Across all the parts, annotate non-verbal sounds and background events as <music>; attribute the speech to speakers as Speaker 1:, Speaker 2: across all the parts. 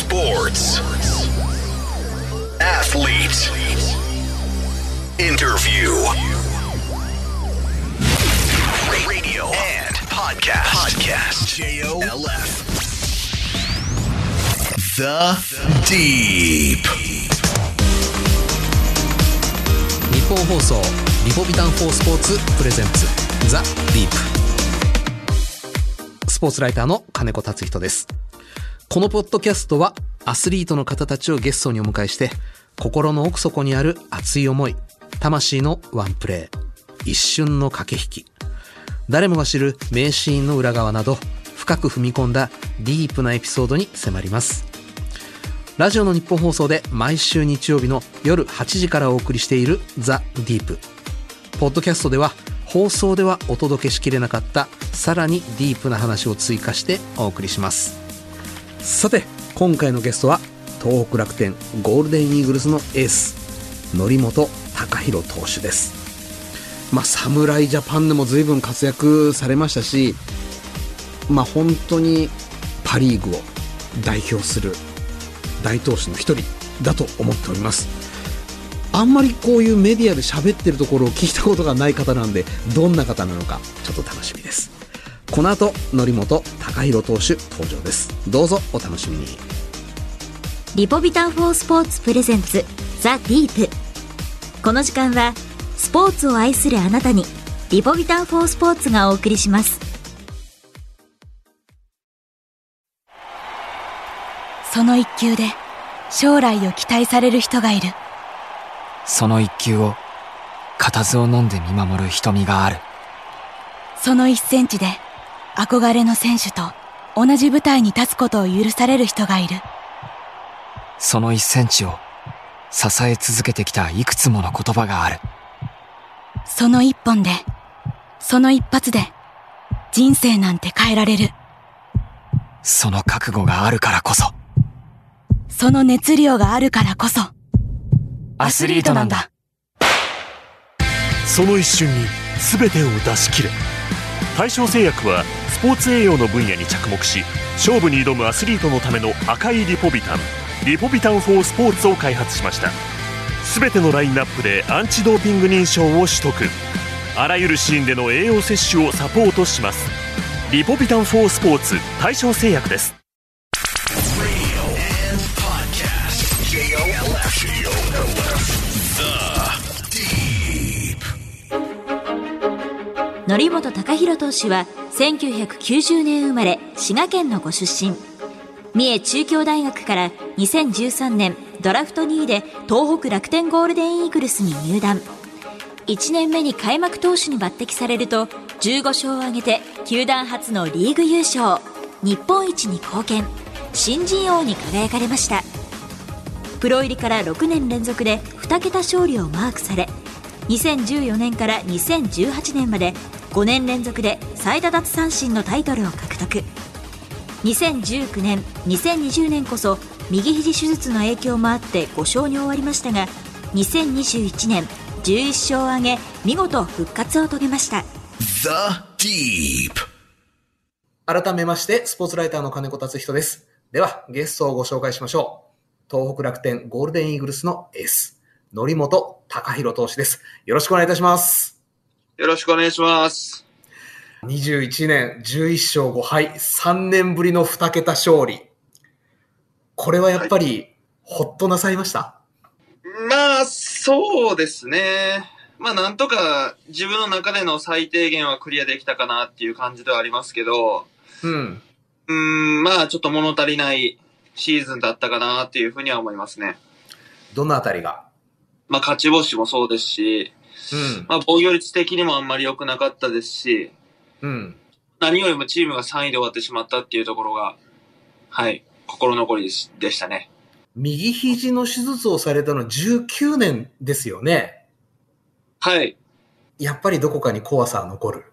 Speaker 1: Sports. Athlete. Interview. Radio and podcast. Podcast. J-O-L-F. The Deep.
Speaker 2: 日本放送リポビタン4スポーツプレゼンツザ・ディープスポーツライターの金子達人ですこのポッドキャストはアスリートの方たちをゲストにお迎えして心の奥底にある熱い思い魂のワンプレー一瞬の駆け引き誰もが知る名シーンの裏側など深く踏み込んだディープなエピソードに迫りますラジオの日本放送で毎週日曜日の夜8時からお送りしている「ザ・ディープポッドキャストでは放送ではお届けしきれなかったさらにディープな話を追加してお送りしますさて今回のゲストは東北楽天ゴールデンイーグルスのエース則本隆弘投手ですまあ侍ジャパンでも随分活躍されましたしまあ本当にパ・リーグを代表する大投手の一人だと思っておりますあんまりこういうメディアで喋ってるところを聞いたことがない方なんでどんな方なのかちょっと楽しみですこの後則本隆弘投手登場ですどうぞお楽しみに
Speaker 3: リポビタンフォースポーツプレゼンツザ・ディープこの時間はスポーツを愛するあなたにリポビタンフォースポーツがお送りしますその一球で将来を期待される人がいる
Speaker 4: その一球を固唾を飲んで見守る瞳がある
Speaker 3: その1センチで憧れの選手と同じ舞台に立つことを許される人がいる
Speaker 4: その一センチを支え続けてきたいくつもの言葉がある
Speaker 3: その一本で、その一発で、人生なんて変えられる。
Speaker 4: その覚悟があるからこそ
Speaker 3: その熱量があるからこそ。
Speaker 4: アスリートなんだ
Speaker 5: その一瞬に全てを出し切れ大正製薬はスポーツ栄養の分野に着目し勝負に挑むアスリートのための赤いリポビタンリポビタン4スポーツを開発しました全てのラインナップでアンチドーピング認証を取得あらゆるシーンでの栄養摂取をサポートしますリポビタン4スポーツ大正製薬です
Speaker 1: Podcast. J-O-L-F. J-O-L-F.
Speaker 3: 則本隆弘投手は1990年生まれ滋賀県のご出身三重中京大学から2013年ドラフト2位で東北楽天ゴールデンイーグルスに入団1年目に開幕投手に抜擢されると15勝を挙げて球団初のリーグ優勝日本一に貢献新人王に輝かれましたプロ入りから6年連続で2桁勝利をマークされ2014年から2018年まで5年連続で最多奪三振のタイトルを獲得2019年2020年こそ右肘手術の影響もあって5勝に終わりましたが2021年11勝を挙げ見事復活を遂げました
Speaker 1: The Deep.
Speaker 2: 改めましてスポーツライターの金子達人ですではゲストをご紹介しましょう東北楽天ゴールデンイーグルスのエース則本隆弘投手ですよろしくお願いいたします
Speaker 6: よろしくお願いします。
Speaker 2: 21年11勝5敗、3年ぶりの2桁勝利。これはやっぱり、ほっとなさいました。
Speaker 6: まあ、そうですね。まあ、なんとか自分の中での最低限はクリアできたかなっていう感じではありますけど、
Speaker 2: うん。
Speaker 6: うーん、まあ、ちょっと物足りないシーズンだったかなっていうふうには思いますね。
Speaker 2: どのあたりが。
Speaker 6: まあ、勝ち星もそうですし、
Speaker 2: うん。
Speaker 6: まあ、防御率的にもあんまり良くなかったですし、
Speaker 2: うん。
Speaker 6: 何よりもチームが3位で終わってしまったっていうところが、はい、心残りですでしたね。
Speaker 2: 右肘の手術をされたのは19年ですよね。
Speaker 6: はい、
Speaker 2: やっぱりどこかに怖さは残る。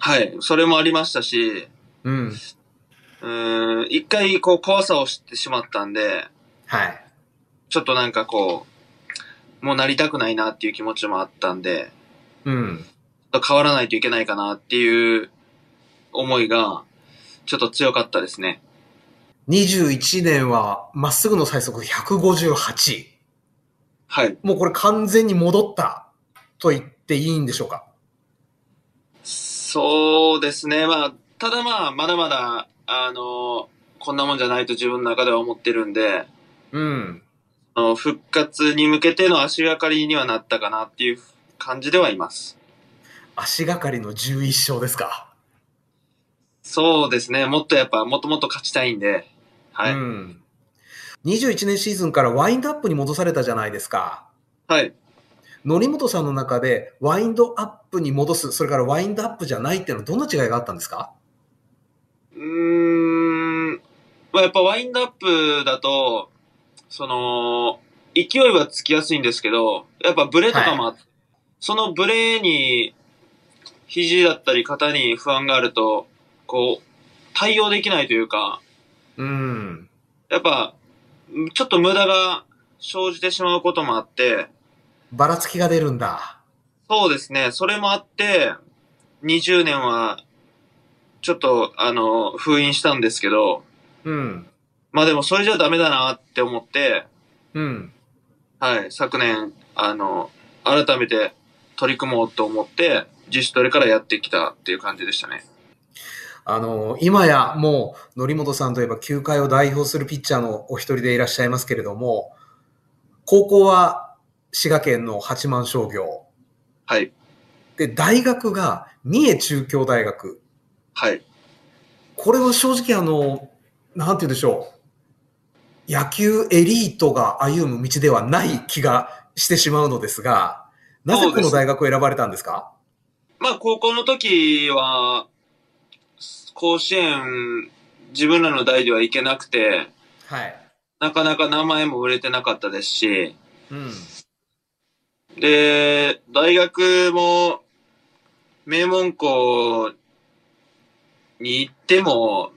Speaker 6: はい、それもありましたし、
Speaker 2: うん。
Speaker 6: うーん、一回こう怖さを知ってしまったんで、
Speaker 2: はい。
Speaker 6: ちょっとなんかこう、もうなりたくないなっていう気持ちもあったんで、
Speaker 2: うん。
Speaker 6: 変わらないといけないかなっていう思いが、ちょっと強かったですね。
Speaker 2: 21年は、まっすぐの最速158。
Speaker 6: はい。
Speaker 2: もうこれ完全に戻ったと言っていいんでしょうか。
Speaker 6: そうですね。まあ、ただまあ、まだまだ、あの、こんなもんじゃないと自分の中では思ってるんで、
Speaker 2: うん。
Speaker 6: あの復活に向けての足がかりにはなったかなっていう感じではいます。
Speaker 2: 足がかりの11勝ですか。
Speaker 6: そうですね。もっとやっぱ、もっともっと勝ちたいんで、はい。
Speaker 2: うん。21年シーズンからワインドアップに戻されたじゃないですか。
Speaker 6: はい。
Speaker 2: 則本さんの中でワインドアップに戻す、それからワインドアップじゃないっていうのはどんな違いがあったんですか
Speaker 6: うーん。まあ、やっぱワインドアップだと、その、勢いはつきやすいんですけど、やっぱブレとかもあって、そのブレに、肘だったり肩に不安があると、こう、対応できないというか、
Speaker 2: うん。
Speaker 6: やっぱ、ちょっと無駄が生じてしまうこともあって、
Speaker 2: ばらつきが出るんだ。
Speaker 6: そうですね。それもあって、20年は、ちょっと、あの、封印したんですけど、
Speaker 2: うん。
Speaker 6: まあでもそれじゃダメだなって思って、
Speaker 2: うん。
Speaker 6: はい、昨年、あの、改めて取り組もうと思って、自主トレからやってきたっていう感じでしたね。
Speaker 2: あの、今やもう、則本さんといえば球界を代表するピッチャーのお一人でいらっしゃいますけれども、高校は滋賀県の八幡商業。
Speaker 6: はい、
Speaker 2: で、大学が三重中京大学。
Speaker 6: はい。
Speaker 2: これは正直あの、なんて言うんでしょう。野球エリートが歩む道ではない気がしてしまうのですが、なぜこの大学を選ばれたんですか
Speaker 6: まあ高校の時は、甲子園、自分らの代では行けなくて、
Speaker 2: はい。
Speaker 6: なかなか名前も売れてなかったですし、
Speaker 2: うん。
Speaker 6: で、大学も、名門校に行っても、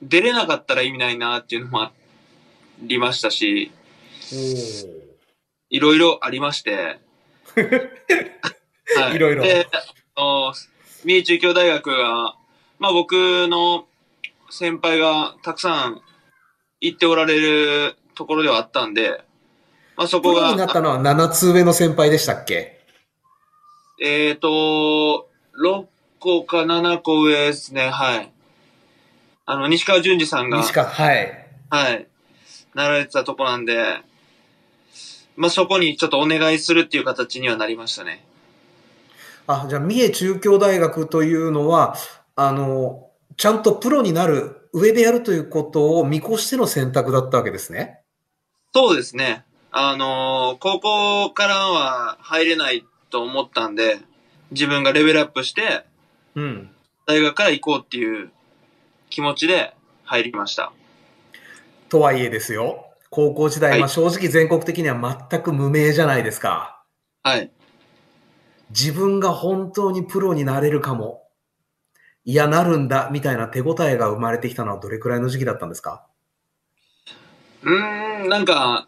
Speaker 6: 出れなかったら意味ないなっていうのもありましたし、いろいろあり
Speaker 2: <laughs>
Speaker 6: まして。はい
Speaker 2: ろいろ
Speaker 6: で、あの三重中京大学が、まあ僕の先輩がたくさん行っておられるところではあったんで、まあそ
Speaker 2: プ
Speaker 6: こ
Speaker 2: ロ
Speaker 6: が
Speaker 2: に、なったのは7つ上の先輩でしたっけ
Speaker 6: えっ、と、6個か7個上ですね、はい。あの、西川淳二さんが、
Speaker 2: 西川。はい。
Speaker 6: はい、なられてたとこなんで、まあそこにちょっとお願いするっていう形にはなりましたね。
Speaker 2: あ、じゃあ、三重中京大学というのは、あの、ちゃんとプロになる、上でやるということを見越しての選択だったわけですね。
Speaker 6: そうですね。あのー高校からは入れないと思ったんで、自分がレベルアップして、
Speaker 2: うん。
Speaker 6: 大学から行こうっていう気持ちで入りました。
Speaker 2: とはいえですよ、高校時代、
Speaker 6: はい
Speaker 2: まあ正直全国的には全く無名じゃないですか。
Speaker 6: はい。
Speaker 2: 自分が本当にプロになれるかも。いや、なるんだ、みたいな手応えが生まれてきたのはどれくらいの時期だったんですか
Speaker 6: うーん、なんか、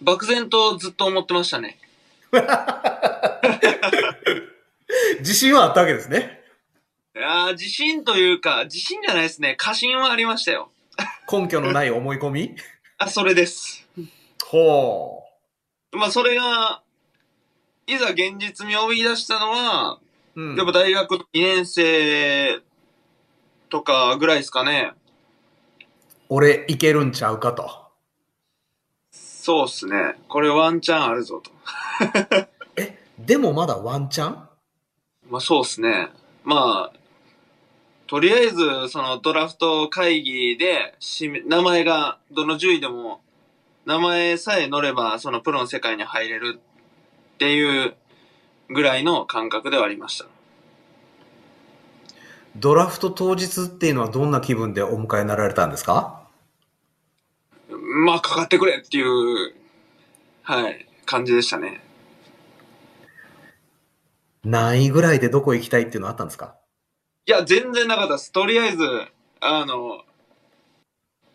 Speaker 6: 漠然とずっと思ってましたね。
Speaker 2: 自信はあったわけですね。
Speaker 6: いやー自信というか、自信じゃないですね。過信はありましたよ。
Speaker 2: 根拠のない思い込み
Speaker 6: あ、それです。
Speaker 2: <laughs> ほ
Speaker 6: まあ、それが、いざ現実味を追い出したのは、
Speaker 2: う。うん
Speaker 6: やっぱ大学2年生とかぐらいですかね。
Speaker 2: 俺、いけるんちゃうかと。
Speaker 6: そうっすね。これワンチャンあるぞと。
Speaker 2: でもまだワンチャン
Speaker 6: まあそうっすね。まあ、とりあえず、そのドラフト会議で指名、名前がどの順位でも、名前さえ乗れば、そのプロの世界に入れるっていうぐらいの感覚ではありました。
Speaker 2: ドラフト当日っていうのはどんな気分でお迎えになられたんですか
Speaker 6: まあ、かかってくれっていう、はい、感じでしたね。
Speaker 2: 何位ぐらいでどこ行きたいっていうのあったんですか
Speaker 6: いや、全然なかったです。とりあえず、あの、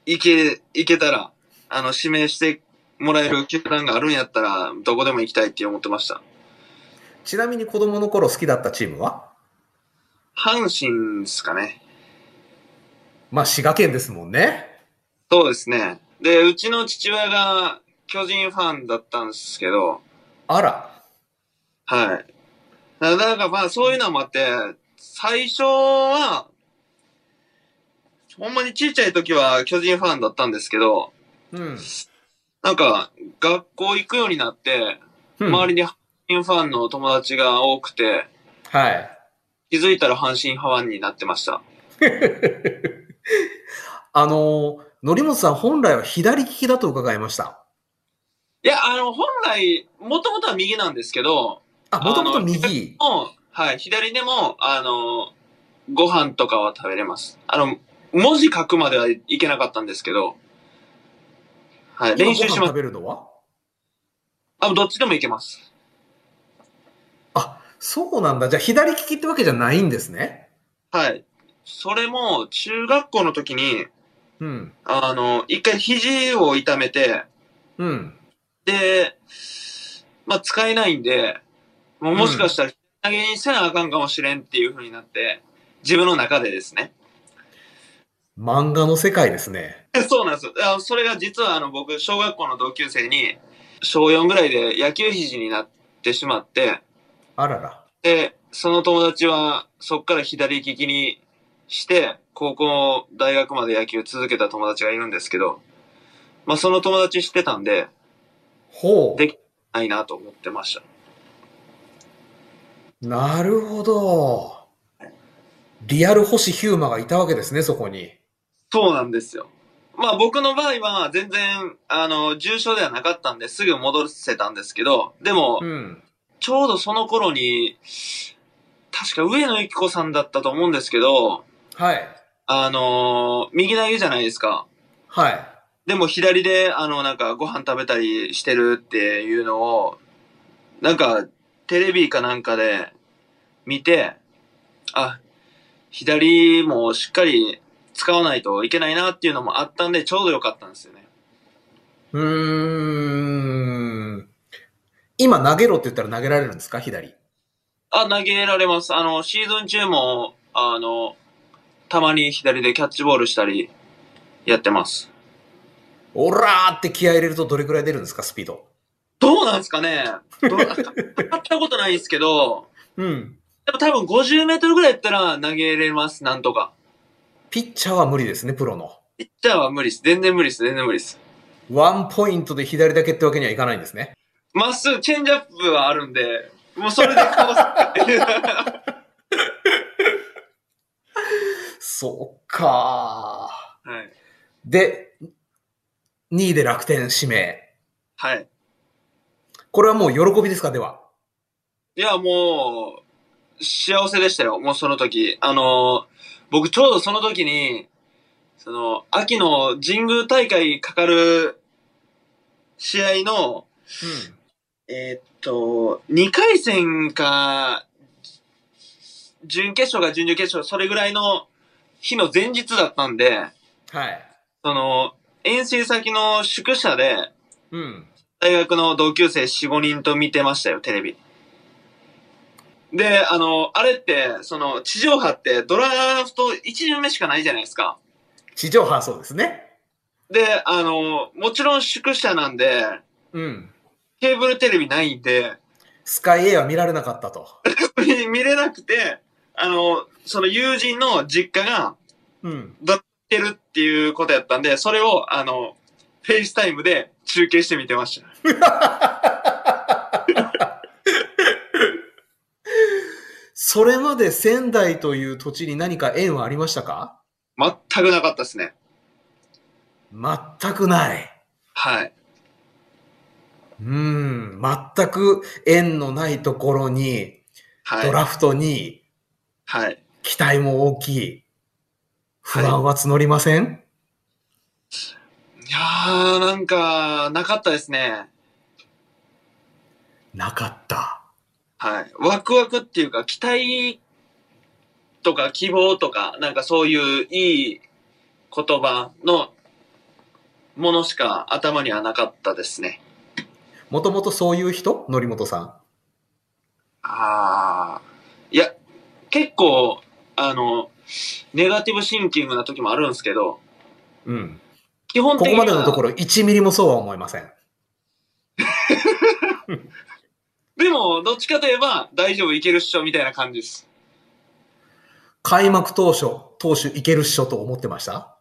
Speaker 6: いけ、いけたら、あの、指名してもらえる球団があるんやったら、どこでも行きたいって思ってました。
Speaker 2: ちなみに子供の頃好きだったチームは
Speaker 6: 阪神ですかね。
Speaker 2: まあ滋賀県ですもんね。
Speaker 6: そうですね。で、うちの父親が巨人ファンだったんですけど、
Speaker 7: あら。
Speaker 6: はい。だだからまあそういうのもあって、最初は、ほんまにちっちゃい時は巨人ファンだったんですけど、
Speaker 7: うん。
Speaker 6: なんか学校行くようになって、周りに阪神ファンの友達が多くて、
Speaker 7: はい。
Speaker 6: 気づいたら阪神ファンになってました。
Speaker 7: あの、則本さん本来は左利きだと伺いました。
Speaker 6: いや、あの、本来、もともとは右なんですけど、
Speaker 7: あ、もともと
Speaker 6: あの
Speaker 7: 右。
Speaker 6: もう、はい、左でも、あの、ご飯とかは食べれます。あの、文字書くまではいけなかったんですけど、はい、 <laughs> 練習し
Speaker 7: 今ご飯
Speaker 6: ま
Speaker 7: 食
Speaker 6: す。
Speaker 7: べるのは
Speaker 6: あ、どっちでもいけます。
Speaker 7: あ、そうなんだ。じゃあ左利きってわけじゃないんですね。
Speaker 6: はい。それも、中学校の時に、
Speaker 7: うん。
Speaker 6: あの、一回肘を痛めて、
Speaker 7: うん。
Speaker 6: で、まあ、使えないんで、もうもしかしたら、投げにせなあかんかもしれんっていう風になって、自分の中でですね。
Speaker 7: 漫画の世界ですね。
Speaker 6: <laughs> そうなんですよ。あそれが実はあの僕、小学校の同級生に、小4ぐらいで野球肘になってしまって、
Speaker 7: あらら。
Speaker 6: で、その友達はそっから左利きにして、高校、大学まで野球続けた友達がいるんですけど、まあその友達知ってたんで、
Speaker 7: ほ
Speaker 6: でないなと思ってました。
Speaker 7: う。なるほど。リアル星ヒューマがいたわけですね、そこに。
Speaker 6: そうなんですよ。まあ僕の場合は全然、あの、重症ではなかったんですぐ戻せたんですけど、でも、
Speaker 7: うん。
Speaker 6: ちょうどその頃に、確か上野由岐子さんだったと思うんですけど、
Speaker 7: はい。
Speaker 6: あのー右投げじゃないですか。
Speaker 7: はい。
Speaker 6: でも左で、あの、なんかご飯食べたりしてるっていうのを、なんか、テレビかなんかで見て、あ、左もしっかり使わないといけないなっていうのもあったんで、ちょうどよかったんですよね。
Speaker 7: うーん。今投げろって言ったら投げられるんですか左。
Speaker 6: あ、投げられます。あの、シーズン中も、あの、たまに左でキャッチボールしたり、やってます。
Speaker 7: オラーって気合い入れるとどれくらい出るんですかスピード。
Speaker 6: どうなんですかねど測ったことないんですけど、
Speaker 7: うん。
Speaker 6: でも多分50メートルぐらいやったら投げれます、なんとか。
Speaker 7: ピッチャーは無理ですね、プロの。
Speaker 6: ピッチャーは無理です。全然無理です、全然無理です。
Speaker 7: ワンポイントで左だけってわけにはいかないんですね。
Speaker 6: まっすぐ、チェンジアップはあるんで、もうそれでかわす。
Speaker 7: そうか
Speaker 6: はい。
Speaker 7: ー。で、2位で楽天指名。
Speaker 6: はい。
Speaker 7: これはもう喜びですかでは。
Speaker 6: いや、もう、幸せでしたよ、もうその時。あの、僕ちょうどその時に、その、秋の神宮大会かかる試合の、えーっと、2回戦か、準決勝か準々決勝、それぐらいの日の前日だったんで、
Speaker 7: はい。
Speaker 6: その、遠征先の宿舎で、
Speaker 7: うん。
Speaker 6: 大学の同級生4、5人と見てましたよ、テレビ。で、あの、あれって、その、地上波ってドラフト1巡目しかないじゃないですか。
Speaker 7: 地上波そうですね。
Speaker 6: で、あの、もちろん宿舎なんで、
Speaker 7: うん。
Speaker 6: ケーブルテレビないんで、
Speaker 7: スカイ A は見られなかったと。
Speaker 6: 見れなくて、あの、その友人の実家が
Speaker 7: うん。
Speaker 6: 来てるっていうことやったんで、それを、あの、フェイスタイムで中継して見てました。
Speaker 7: それまで仙台という土地に何か縁はありましたか
Speaker 6: 全くなかったですね。
Speaker 7: 全くない。
Speaker 6: はい。
Speaker 7: うーん。全く縁のないところに、
Speaker 6: はい。
Speaker 7: ドラフトに
Speaker 6: はい。
Speaker 7: 期待も大きい。不安は募りません、
Speaker 6: いやー、なんか、なかったですね。
Speaker 7: なかった。
Speaker 6: はい。ワクワクっていうか、期待とか希望とか、なんかそういういい言葉のものしか頭にはなかったですね。
Speaker 7: もともとそういう人則本さん。
Speaker 6: あー。いや、結構、あの、ネガティブシンキングな時もあるんですけど、
Speaker 7: うん。
Speaker 6: 基本
Speaker 7: こ
Speaker 6: 的
Speaker 7: こ
Speaker 6: には
Speaker 7: までのところ1ミリもそうは思いません。
Speaker 6: でも、どっちかといえば、大丈夫、いけるっしょ、みたいな感じです。
Speaker 7: 開幕当初、投手いけるっしょと思ってました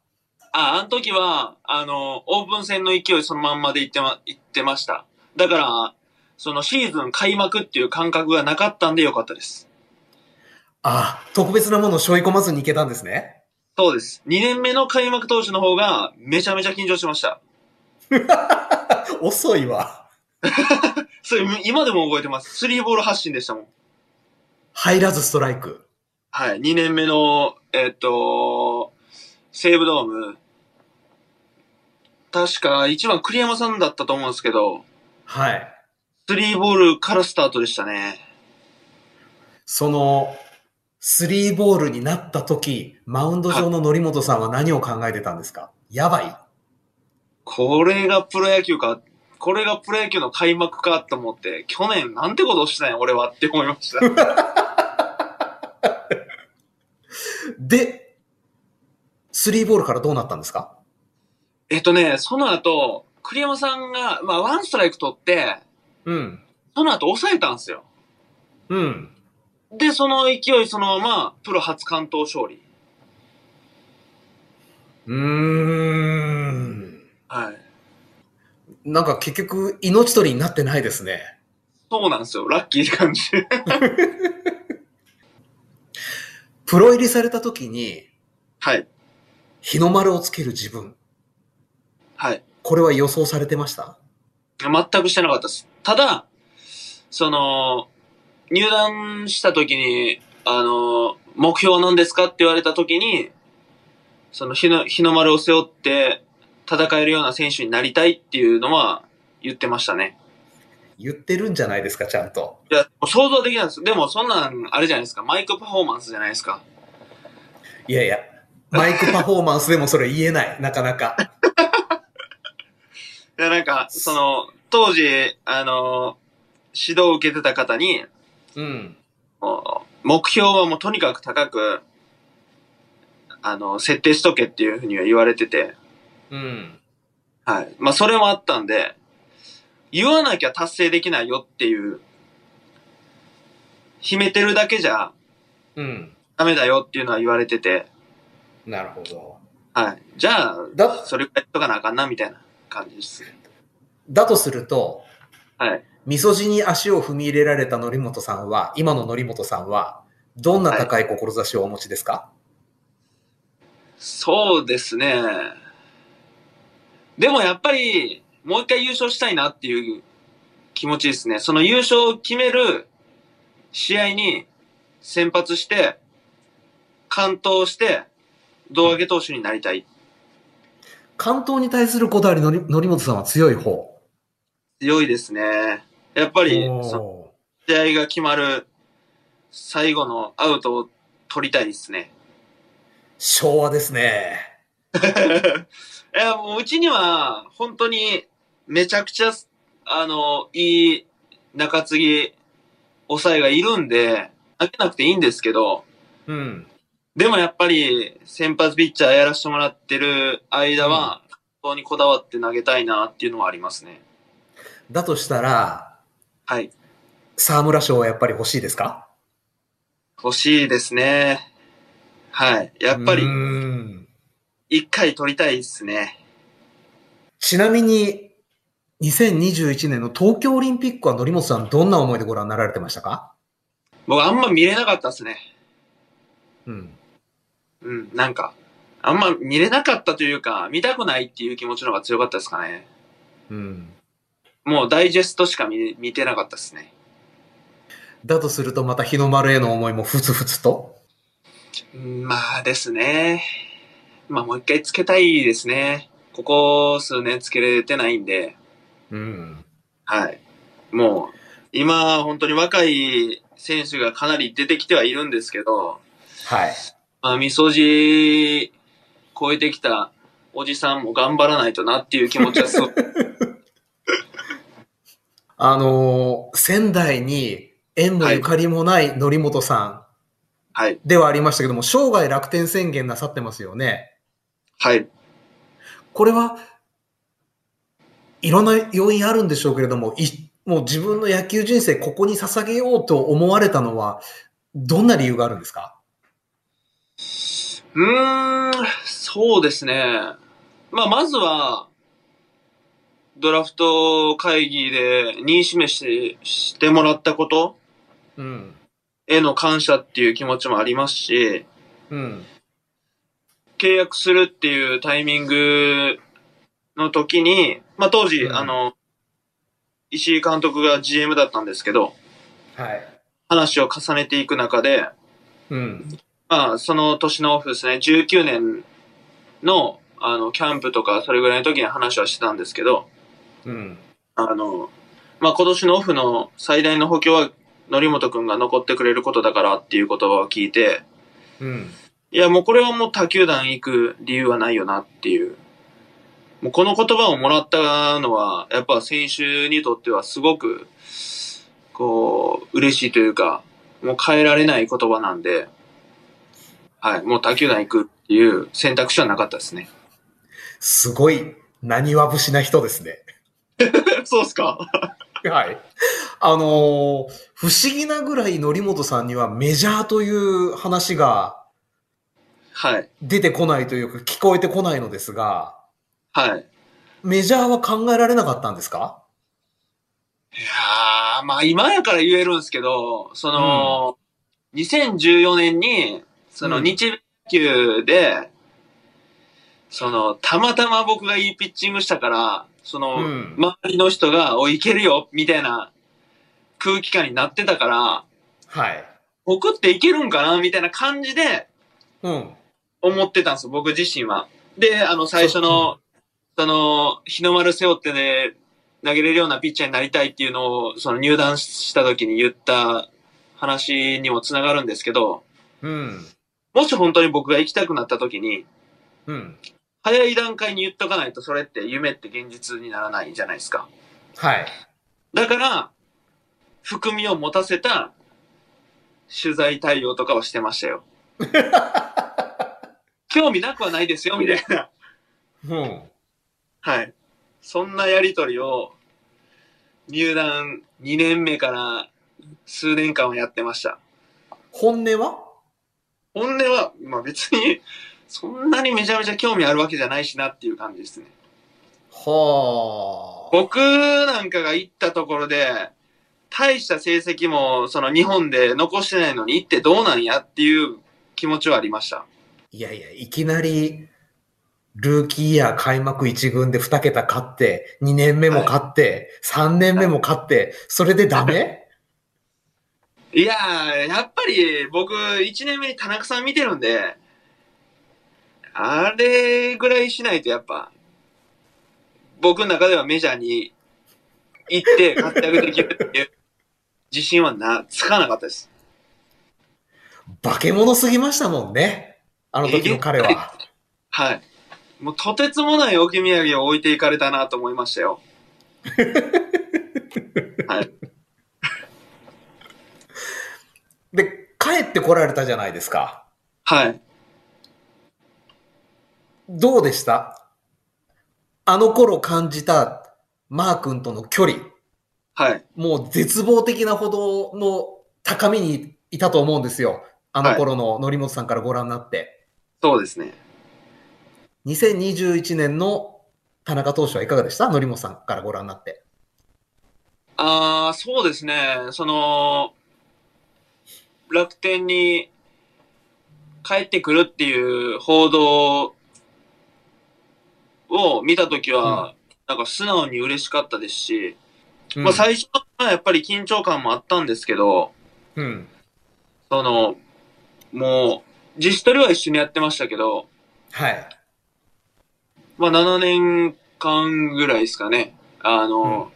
Speaker 6: あ、あの時は、あの、オープン戦の勢いそのまんまでいってま、いってました。だから、そのシーズン開幕っていう感覚がなかったんでよかったです。
Speaker 7: ああ、特別なものを背負い込まずにいけたんですね。
Speaker 6: そうです。2年目の開幕投手の方が、めちゃめちゃ緊張しました。
Speaker 7: 遅いわ。
Speaker 6: それ、今でも覚えてます。スリーボール発進でしたもん。
Speaker 7: 入らずストライク。
Speaker 6: はい、2年目の、えっと、西武ドーム。確か、1番栗山さんだったと思うんですけど、
Speaker 7: はい。
Speaker 6: スリーボールからスタートでしたね。
Speaker 7: その、スリーボールになった時、マウンド上の則本さんは何を考えてたんですかやばい。
Speaker 6: これがプロ野球か、これがプロ野球の開幕かと思って、去年なんてことをしたんや、俺はって思いま
Speaker 7: <laughs>
Speaker 6: した。
Speaker 7: で、スリーボールからどうなったんですか
Speaker 6: えっとね、その後、栗山さんが、まあ、ワンストライク取って、
Speaker 7: うん。
Speaker 6: その後抑えたんですよ。
Speaker 7: うん。
Speaker 6: で、その勢いそのまま、プロ初関東勝利。
Speaker 7: うーん。
Speaker 6: はい。
Speaker 7: なんか結局、命取りになってないですね。
Speaker 6: そうなんですよ。ラッキーって感じ。 <laughs>
Speaker 7: プロ入りされた時に、
Speaker 6: はい。
Speaker 7: 日の丸をつける自分。
Speaker 6: はい。
Speaker 7: これは予想されてました
Speaker 6: 全くしてなかったです。ただ、その、入団した時に、あの、目標は何ですかって言われた時に、その日の、日の丸を背負って戦えるような選手になりたいっていうのは言ってましたね。
Speaker 7: 言ってるんじゃないですか、ちゃんと。
Speaker 6: いや、想像できないです。でもそんなん、あれじゃないですか。マイクパフォーマンスじゃないですか。
Speaker 7: いやいや、マイクパフォーマンスでもそれ言えない、なかなか。
Speaker 6: で、なんか、その、当時、あの、指導を受けてた方に、
Speaker 7: うん。
Speaker 6: もう目標はもうとにかく高く、あの、設定しとけっていうふうには言われてて、
Speaker 7: うん。
Speaker 6: はい。まあ、それもあったんで、言わなきゃ達成できないよっていう、秘めてるだけじゃ
Speaker 7: うん。
Speaker 6: ダメだよっていうのは言われてて、
Speaker 7: なるほど。
Speaker 6: はい。じゃ
Speaker 7: だ
Speaker 6: あ、それくらいやっとかなあかんな、みたいな感じです。
Speaker 7: だとすると、
Speaker 6: はい。
Speaker 7: みそじに足を踏み入れられた則本さんは、今の則本さんは、どんな高い志をお持ちですか、
Speaker 6: そうですね。でもやっぱり、もう一回優勝したいなっていう気持ちですね。その優勝を決める試合に先発して、完投して、胴上げ投手になりたい。
Speaker 7: 関東に対するこだわりのり、則本さんは強い方。
Speaker 6: 強いですね。やっぱり、その
Speaker 7: お
Speaker 6: 試合が決まる最後のアウトを取りたいですね。
Speaker 7: ー昭和ですね。
Speaker 6: <laughs> いや、もううちには、本当に、めちゃくちゃ、あの、いい中継ぎ、抑えがいるんで、投げなくていいんですけど、
Speaker 7: うん。
Speaker 6: でもやっぱり、先発ピッチャーやらせてもらってる間は、本当にこだわって投げたいなっていうのはありますね。
Speaker 7: だとしたら、
Speaker 6: はい。
Speaker 7: 沢村賞はやっぱり欲しいですか
Speaker 6: 欲しいですね。はい。やっぱり
Speaker 7: う、ん
Speaker 6: 一回取りたいですね。
Speaker 7: ちなみに、2021年の東京オリンピックは則本さん、どんな思いでご覧になられてましたか
Speaker 6: 僕あんま見れなかったですね。
Speaker 7: うん。
Speaker 6: うん、なんか、あんま見れなかったというか、見たくないっていう気持ちの方が強かったですかね。
Speaker 7: うん。
Speaker 6: もうダイジェストしか見見てなかったですね。
Speaker 7: だとすると、また日の丸への思いもふつふつと。
Speaker 6: うんまあですね。まあもう一回つけたいですね。ここ数年つけれてないんで、
Speaker 7: うん。
Speaker 6: はい。もう、今、本当に若い選手がかなり出てきてはいるんですけど、
Speaker 7: はい。
Speaker 6: まあ、みそじ超えてきたおじさんも頑張らないとなっていう気持ちはすごく
Speaker 7: <laughs> あのー仙台に縁もゆかりもない則本さ
Speaker 6: はい。
Speaker 7: んではありましたけども、生涯楽天宣言なさってますよね。
Speaker 6: はい。
Speaker 7: これはいろんな要因あるんでしょうけれども、いもう自分の野球人生、ここに捧げようと思われたのは、どんな理由があるんですか
Speaker 6: うーん、そうですね。まあ、まずは、ドラフト会議で2位指名してしてもらったこと
Speaker 7: うん。
Speaker 6: への感謝っていう気持ちもありますし、
Speaker 7: うん。
Speaker 6: 契約するっていうタイミングの時に、まあ、当時、
Speaker 7: うん
Speaker 6: あの、石井監督が GM だったんですけど、
Speaker 7: はい。
Speaker 6: 話を重ねていく中で、
Speaker 7: うん。
Speaker 6: まあ、その年のオフですね、19年の、あの、キャンプとか、それぐらいの時に話はしてたんですけど、
Speaker 7: うん。
Speaker 6: あの、まあ、今年のオフの最大の補強は、則本くんが残ってくれることだからっていう言葉を聞いて、
Speaker 7: うん。
Speaker 6: いや、もうこれはもう他球団行く理由はないよなっていう。もうこの言葉をもらったのは、やっぱ選手にとってはすごく、こう、嬉しいというか、もう変えられない言葉なんで、はい、もう他球団行くっていう選択肢はなかったですね。
Speaker 7: すごい、何は節な人ですね。
Speaker 6: <laughs> そうっすか
Speaker 7: はい。あのー不思議なぐらい則本さんにはメジャーという話が
Speaker 6: はい、
Speaker 7: 出てこないというか聞こえてこないのですが、
Speaker 6: はい。
Speaker 7: メジャーは考えられなかったんですか
Speaker 6: いやー、まあ今やから言えるんですけど、その、2014年に、その
Speaker 7: うん
Speaker 6: 日米球で、その、たまたま僕がいいピッチングしたから、その、
Speaker 7: うん
Speaker 6: 周りの人が、おい、いけるよ、みたいな空気感になってたから、
Speaker 7: はい。
Speaker 6: 僕っていけるんかな、みたいな感じで
Speaker 7: うん。
Speaker 6: 思ってたんですよ、僕自身は。で、あの、最初の、その、日の丸背負ってね、投げれるようなピッチャーになりたいっていうのを、その入団した時に言った話にもつながるんですけど、
Speaker 7: うん。
Speaker 6: もし本当に僕が行きたくなった時に、
Speaker 7: うん。
Speaker 6: 早い段階に言っとかないとそれって夢って現実にならないじゃないですか。
Speaker 7: はい。
Speaker 6: だから、含みを持たせた取材対応とかをしてましたよ。興味なくはないですよ、みたいな。
Speaker 7: うん。
Speaker 6: はい。そんなやりとりを、入団2年目から数年間はやってました。
Speaker 7: 本音は
Speaker 6: 本音は、まあ別に、そんなにめちゃめちゃ興味あるわけじゃないしなっていう感じですね。
Speaker 7: はあ。
Speaker 6: 僕なんかが行ったところで、大した成績もその日本で残してないのに行ってどうなんやっていう気持ちはありました。
Speaker 7: いやいや、いきなり、ルーキーイヤー開幕1軍で2桁勝って、2年目も勝って、3年目も勝って、それでダメ
Speaker 6: いやー、やっぱり僕、1年目に田中さん見てるんで、あれぐらいしないとやっぱ、僕の中ではメジャーに行って活躍できるっていう <laughs> 自信はな、つかなかったです。
Speaker 7: 化け物すぎましたもんね。あの時の彼は。
Speaker 6: はい。もうとてつもない置き土産を置いていかれたなと思いましたよ。はい。
Speaker 7: で、帰ってこられたじゃないですか。
Speaker 6: はい。
Speaker 7: どうでしたあの頃感じたマー君との距離。
Speaker 6: はい。
Speaker 7: もう絶望的なほどの高みにいたと思うんですよ。あの頃の則本さんからご覧になって。
Speaker 6: そうですね。
Speaker 7: 2021年の田中投手はいかがでした則本さんからご覧になって。
Speaker 6: ああ、そうですね。その、楽天に帰ってくるっていう報道を見たときは、なんか素直に嬉しかったですし、まあ最初はやっぱり緊張感もあったんですけど、
Speaker 7: うん。
Speaker 6: その、もう、自主トレは一緒にやってましたけど、
Speaker 7: はい。
Speaker 6: まあ7年間ぐらいですかね。あの、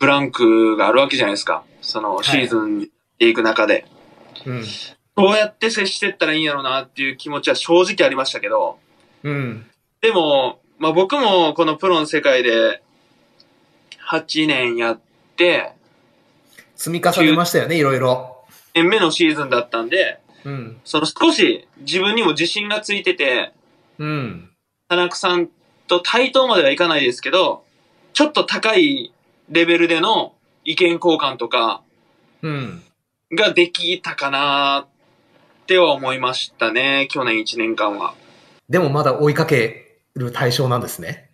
Speaker 6: ブランクがあるわけじゃないですか。その
Speaker 7: い
Speaker 6: シーズンでいく中で。
Speaker 7: うん。
Speaker 6: どうやって接してったらいいんやろうなっていう気持ちは正直ありましたけど、
Speaker 7: うん。
Speaker 6: でも、まあ僕もこのプロの世界で8年やって、
Speaker 7: 積み重ねましたよね、いろいろ。
Speaker 6: 年目のシーズンだったんで、
Speaker 7: うん。
Speaker 6: その少し自分にも自信がついてて、
Speaker 7: うん。
Speaker 6: 田中さんと、対等まではいかないですけど、ちょっと高いレベルでの意見交換とか
Speaker 7: うん。
Speaker 6: ができたかなっては思いましたね、去年1年間は。
Speaker 7: でもまだ追いかける対象なんですね。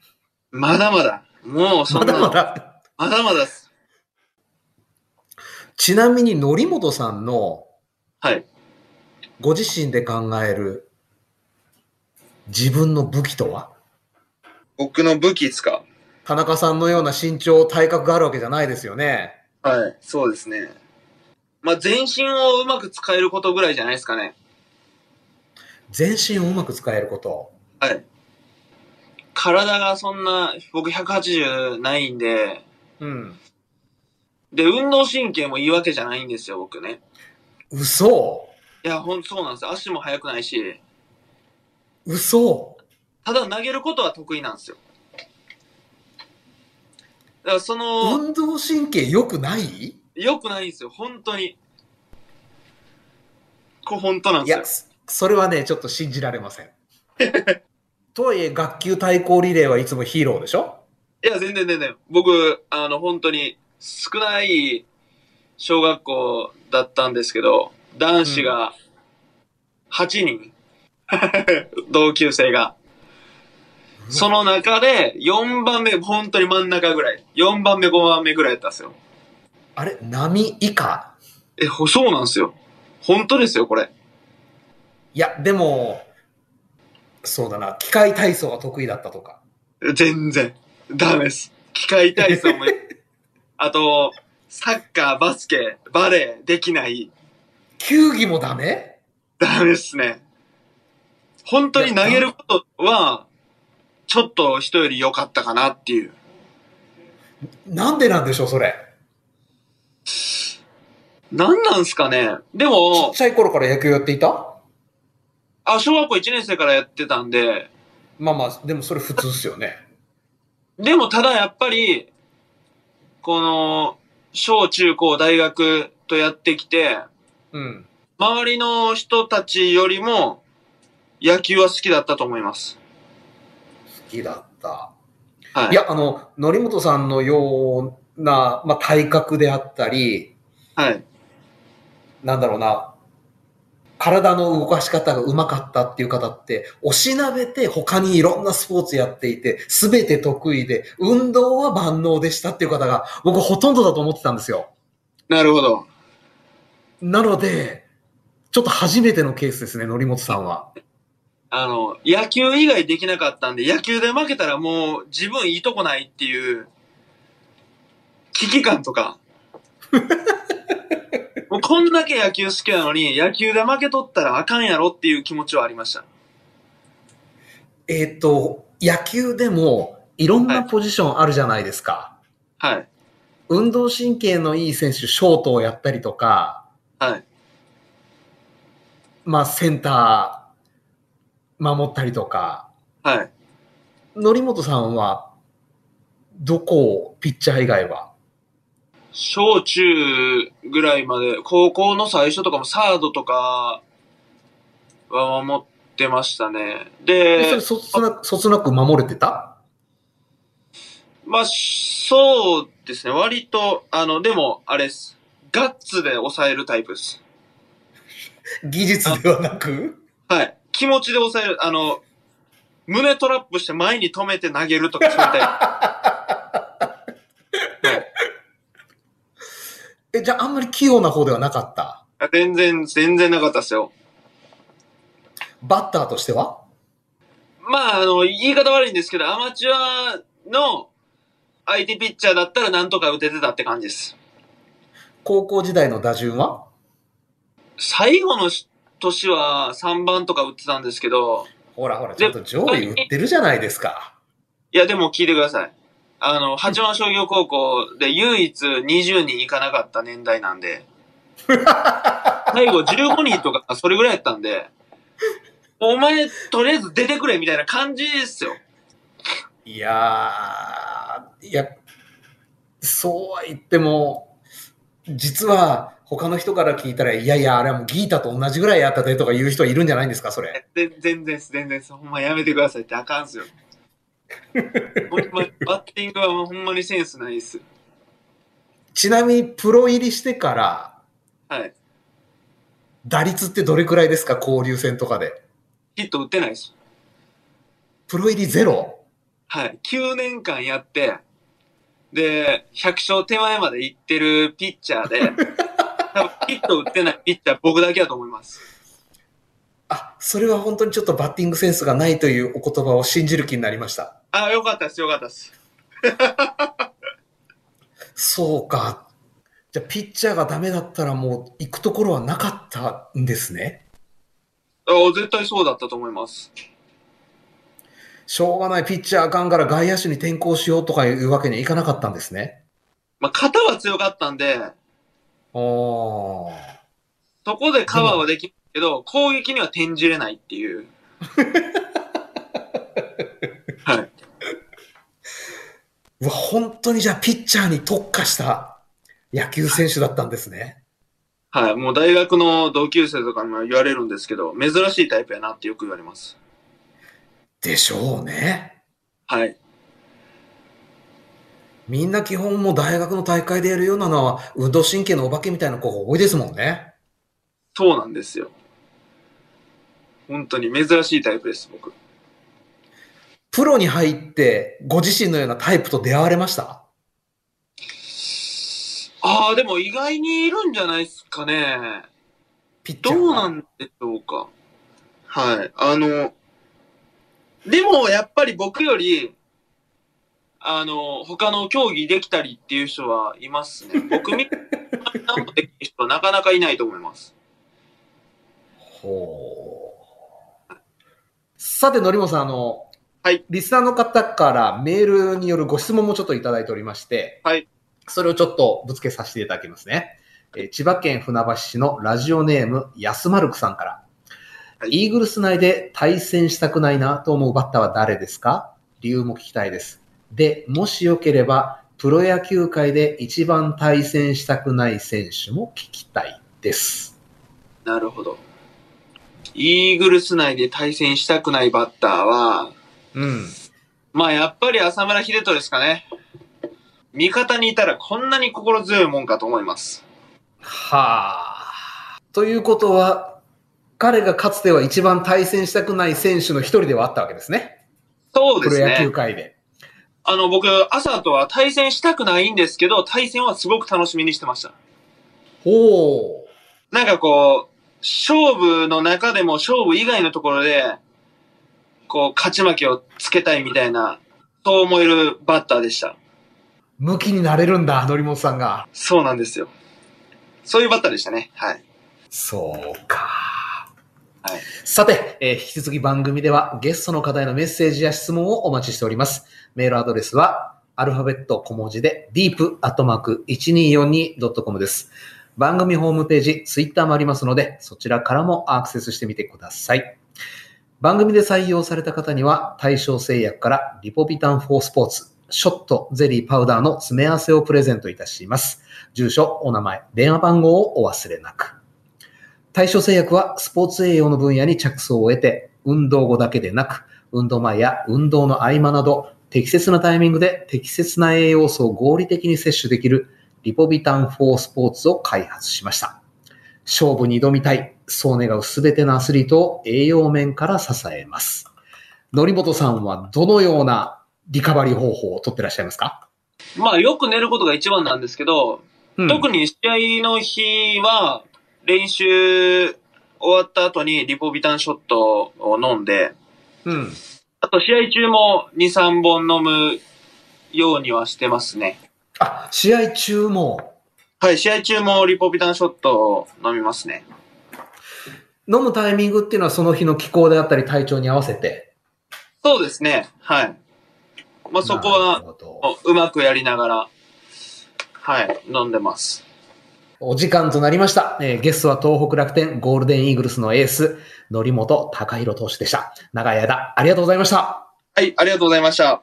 Speaker 6: まだまだ。もうそ
Speaker 7: ま
Speaker 6: んな、
Speaker 7: だまだ。
Speaker 6: まだまだっす。
Speaker 7: ちなみに、則本さんの
Speaker 6: はい。
Speaker 7: ご自身で考える自分の武器とは
Speaker 6: 僕の武器ですか
Speaker 7: 田中さんのような身長、体格があるわけじゃないですよね。
Speaker 6: はい、そうですね。まあ、全身をうまく使えることぐらいじゃないですかね。
Speaker 7: 全身をうまく使えること。
Speaker 6: はい。体がそんな、僕180ないんで、
Speaker 7: うん。
Speaker 6: で、運動神経もいいわけじゃないんですよ、僕ね。
Speaker 7: 嘘
Speaker 6: いや、ほんとそうなんですよ。足も速くないし、
Speaker 7: 嘘
Speaker 6: ただ投げることは得意なんですよ。だからその、
Speaker 7: 運動神経良くない
Speaker 6: 良くないんですよ、本当に。これ本当なん
Speaker 7: い
Speaker 6: ですよ
Speaker 7: や、。そそれはね、ちょっと信じられません。 <laughs> とはいえ、学級対抗リレーはいつもヒーローでしょ
Speaker 6: いや、全然全然。僕、あの、本当に少ない小学校だったんですけど、男子が8人、 <laughs> 同級生が。その中で4番目、本当に真ん中ぐらい。4番目、5番目ぐらいだったんですよ。
Speaker 7: あれ波以下
Speaker 6: え、ほそうなんですよ。本当ですよ、これ。
Speaker 7: いや、でも、そうだな、機械体操が得意だったとか。
Speaker 6: 全然。ダメです。機械体操も、あと、サッカー、バスケ、バレー、できない。
Speaker 7: 球技もダメ
Speaker 6: ダメっすね。本当に投げることは、ちょっと人より良かったかなっていう。
Speaker 7: なんでなんでしょう、それ。
Speaker 6: なんなんすかねで
Speaker 7: ちっ
Speaker 6: も、
Speaker 7: ちゃい頃から野球やっていた
Speaker 6: あ、小学校1年生からやってたんで、
Speaker 7: まあまあ、でもそれ普通っすよね。
Speaker 6: でもただやっぱり、この、小中高大学とやってきて、
Speaker 7: <laughs> うん。
Speaker 6: 周りの人たちよりも、野球は好きだったと思います。
Speaker 7: 好きだった。
Speaker 6: はい。
Speaker 7: いや、あの、則本さんのような、まあ、体格であったり、
Speaker 6: はい。
Speaker 7: なんだろうな、体の動かし方がうまかったっていう方って、おしなべて他にいろんなスポーツやっていて、すべて得意で、運動は万能でしたっていう方が、僕ほとんどだと思ってたんですよ。
Speaker 6: なるほど。
Speaker 7: なので、ちょっと初めてのケースですね、則本さんは。
Speaker 6: あの、野球以外できなかったんで、野球で負けたらもう自分いいとこないっていう、危機感と
Speaker 7: <laughs>
Speaker 6: か。もうこんだけ野球好きなのに、野球で負けとったらあかんやろっていう気持ちはありました。
Speaker 7: えっ、と、野球でも、いろんなポジションあるじゃないですか。
Speaker 6: はい。
Speaker 7: 運動神経のいい選手、ショートをやったりとか、
Speaker 6: はい。
Speaker 7: まあ、センター守ったりとか、
Speaker 6: はい。
Speaker 7: 則本さんは、どこを、ピッチャー以外は。
Speaker 6: 小中ぐらいまで、高校の最初とかもサードとかは守ってましたね。
Speaker 7: えそ
Speaker 6: で
Speaker 7: れ、、そつな、そつなく守れてた
Speaker 6: まあ、そうですね。割と、あの、でも、あれです。ガッツで抑えるタイプです。
Speaker 7: 技術ではなく
Speaker 6: はい。気持ちで抑える。あの、胸トラップして前に止めて投げるとかそういうタ
Speaker 7: え、じゃあ、あんまり器用な方ではなかった。
Speaker 6: イプ。全然、全然なかったですよ。
Speaker 7: バッターとしては
Speaker 6: まあ、あの、言い方悪いんですけど、アマチュアの相手ピッチャーだったらなんとか打ててたって感じです。
Speaker 7: 高校時代の打順は
Speaker 6: 最後の年は3番とか打ってたんですけど、
Speaker 7: ほらほら、ちゃんと上位打ってるじゃないですか。
Speaker 6: いや、でも聞いてください。あの、八幡商業高校で唯一20人いかなかった年代なんで、最後15人とか、それぐらいやったんで、お前、とりあえず出てくれみたいな感じですよ。
Speaker 7: いやー、いや、そうは言っても、実は他の人から聞いたら、いやいや、あれはもうギータと同じぐらいやったでとか言う人いるんじゃないんですか、それ。
Speaker 6: 全然です、全然です。ほんまやめてくださいってあかんすよ。ほんまにバッティングはほんまにセンスないっす。
Speaker 7: ちなみに、プロ入りしてから、
Speaker 6: はい。
Speaker 7: 打率ってどれくらいですか交流戦とかで。
Speaker 6: ヒット打ってないっす。
Speaker 7: プロ入りゼロ
Speaker 6: はい。9年間やって、で、100勝手前まで行ってるピッチャーで、多分ヒット打ってないピッチャー僕だけだと思います。
Speaker 7: あ、それは本当にちょっとバッティングセンスがないというお言葉を信じる気になりました。
Speaker 6: あ、よかったです、よかったです。
Speaker 7: そうか。じゃあ、ピッチャーがダメだったらもう行くところはなかったんですね。
Speaker 6: あ絶対そうだったと思います。
Speaker 7: しょうがない、ピッチャーあかんから外野手に転向しようとかいうわけにはいかなかったんですね。
Speaker 6: まあ、肩は強かったんで、
Speaker 7: おー。
Speaker 6: そこでカバーはできるけど、攻撃には転じれないっていう。 <laughs> はい。
Speaker 7: うわ、本当にじゃあピッチャーに特化した野球選手だったんですね。
Speaker 6: はい。もう大学の同級生とかにも言われるんですけど、珍しいタイプやなってよく言われます。
Speaker 7: でしょうね。
Speaker 6: はい。
Speaker 7: みんな基本もう大学の大会でやるようなのは運動神経のお化けみたいな子が多いですもんね。
Speaker 6: そうなんですよ。本当に珍しいタイプです、僕。
Speaker 7: プロに入ってご自身のようなタイプと出会われました
Speaker 6: ああ、でも意外にいるんじゃないですかね。
Speaker 7: ピッチャ
Speaker 6: ど
Speaker 7: ー
Speaker 6: う
Speaker 7: は。
Speaker 6: なんでしょうか。はい。あの、でもやっぱり僕より、あの、他の競技できたりっていう人はいます <laughs> ね。僕みたいなことできる人はなかなかいないと思います。
Speaker 7: ほうさて、のりもさん、あの、
Speaker 6: はい
Speaker 7: リスナーの方からメールによるご質問もちょっといただいておりまして、
Speaker 6: はい
Speaker 7: それをちょっとぶつけさせていただきますね。えー千葉県船橋市のラジオネーム、やすまるくさんから、
Speaker 6: はい
Speaker 7: イーグルス内で対戦したくないなと思うバッターは誰ですか理由も聞きたいです。で、もしよければ、プロ野球界で一番対戦したくない選手も聞きたいです。
Speaker 6: なるほど。イーグルス内で対戦したくないバッターは、
Speaker 7: うん。
Speaker 6: まあやっぱり浅村秀人ですかね。味方にいたらこんなに心強いもんかと思います。
Speaker 7: はあ。ということは、彼がかつては一番対戦したくない選手の一人ではあったわけですね。
Speaker 6: そうです
Speaker 7: プ
Speaker 6: ね。
Speaker 7: ロ野球界で。
Speaker 6: あの、僕、朝とは対戦したくないんですけど、対戦はすごく楽しみにしてました。
Speaker 7: ほう。
Speaker 6: なんかこう、勝負の中でも勝負以外のところで、こう、勝ち負けをつけたいみたいな、そう思えるバッターでした。
Speaker 7: 向きになれるんだ、則本さんが。
Speaker 6: そうなんですよ。そういうバッターでしたね。はい。
Speaker 7: そうか。
Speaker 6: はい
Speaker 7: さて、えー引き続き番組ではゲストの方へのメッセージや質問をお待ちしております。メールアドレスは、アルファベット小文字で deep.1242.com です。番組ホームページ、ツイッターもありますので、そちらからもアクセスしてみてください。番組で採用された方には、対象製薬からリポビタン4スポーツ、ショット、ゼリー、パウダーの詰め合わせをプレゼントいたします。住所、お名前、電話番号をお忘れなく。対象製薬はスポーツ栄養の分野に着想を得て、運動後だけでなく、運動前や運動の合間など、適切なタイミングで適切な栄養素を合理的に摂取できるリポビタン4スポーツを開発しました。勝負に挑みたい、そう願うすべてのアスリートを栄養面から支えます。則本さんはどのようなリカバリー方法をとってらっしゃいますか、
Speaker 6: まあ、よく寝ることが一番なんですけど、
Speaker 7: うん
Speaker 6: 特に試合の日は、練習終わった後にリポビタンショットを飲んで、
Speaker 7: うん。
Speaker 6: あと試合中も2、3本飲むようにはしてますね。
Speaker 7: あ、試合中も
Speaker 6: はい、試合中もリポビタンショットを飲みますね。
Speaker 7: 飲むタイミングっていうのはその日の気候であったり体調に合わせて。
Speaker 6: そうですね。はい。まあ、そこ
Speaker 7: なる
Speaker 6: は
Speaker 7: ほど
Speaker 6: うまくやりながら、はい、飲んでます。
Speaker 7: お時間となりました、えーゲストは東北楽天ゴールデンイーグルスのエース、則本隆弘投手でした。長い間、ありがとうございました。
Speaker 6: はい、ありがとうございました。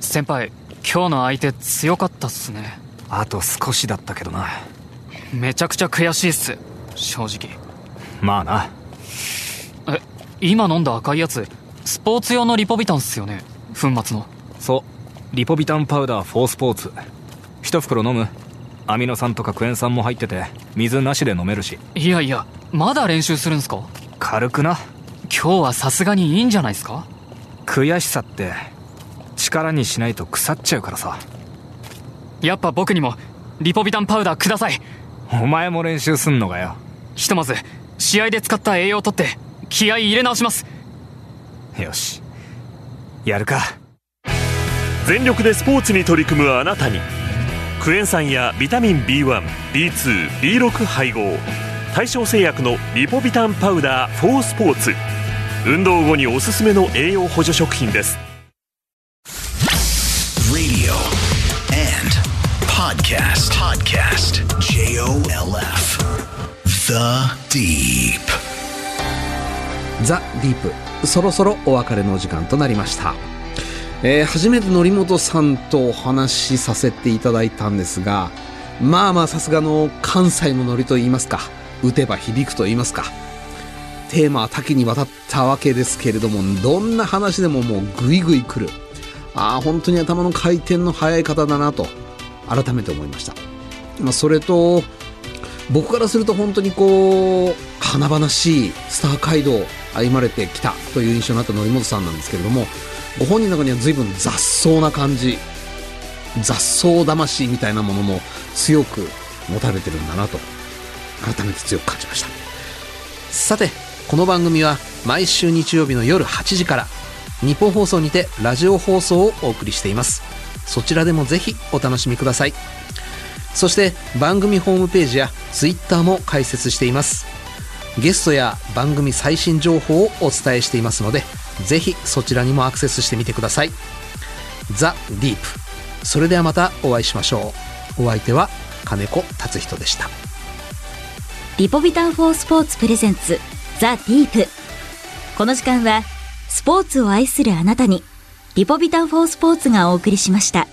Speaker 4: 先輩今日の相手強かったっすね
Speaker 8: あと少しだったけどな
Speaker 4: めちゃくちゃ悔しいっす正直
Speaker 8: まあな
Speaker 4: え今飲んだ赤いやつスポーツ用のリポビタンっすよね粉末の
Speaker 8: そうリポビタンパウダー4スポーツ一袋飲むアミノ酸とかクエン酸も入ってて水なしで飲めるし
Speaker 4: いやいやまだ練習するんすか
Speaker 8: 軽くな
Speaker 4: 今日はさすがにいいんじゃないっすか
Speaker 8: 悔しさって力にしないと腐っちゃうからさ
Speaker 4: やっぱ僕にもリポビタンパウダーください
Speaker 8: お前も練習すんのかよ
Speaker 4: ひとまず試合で使った栄養を取って気合い入れ直します
Speaker 8: よしやるか
Speaker 5: 全力でスポーツに取り組むあなたにクエン酸やビタミン B1B2B6 配合対象製薬のリポビタンパウダー4スポーツ運動後におすすめの栄養補助食品です
Speaker 1: Radio and podcast. Podcast. J O L F. The Deep.
Speaker 2: ザ・ディープそろそろお別れのお時間となりました、えー初めて則本さんとお話しさせていただいたんですがまあまあさすがの関西のノリと言いますか打てば響くと言いますかテーマは多岐にわたったわけですけれどもどんな話でももうグイグイ来るああ本当に頭の回転の速い方だなと改めて思いました、まあ、それと僕からすると本当にこう華々しいスター街道を歩まれてきたという印象になった則本さんなんですけれどもご本人の中には随分雑草な感じ雑草魂みたいなものも強く持たれてるんだなと改めて強く感じましたさてこの番組は毎週日曜日の夜8時から日本放送にてラジオ放送をお送りしていますそちらでもぜひお楽しみくださいそして番組ホームページや Twitter も開設していますゲストや番組最新情報をお伝えしていますのでぜひそちらにもアクセスしてみてくださいザ・ディープそれではまたお会いしましょうお相手は金子達人でした
Speaker 3: リポビタン4スポーツプレゼンツザ・ディープこの時間はスポーツを愛するあなたにリポビタン4スポーツがお送りしました。